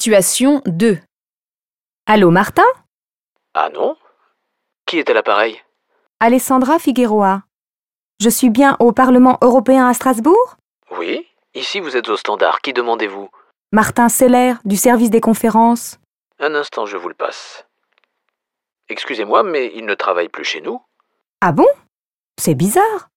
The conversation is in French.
Situation 2. Allô Martin Ah non Qui est à l'appareil Alessandra Figueroa. Je suis bien au Parlement européen à Strasbourg Oui Ici, vous êtes au standard. Qui demandez-vous Martin Seller, du service des conférences. Un instant, je vous le passe. Excusez-moi, mais il ne travaille plus chez nous Ah bon C'est bizarre.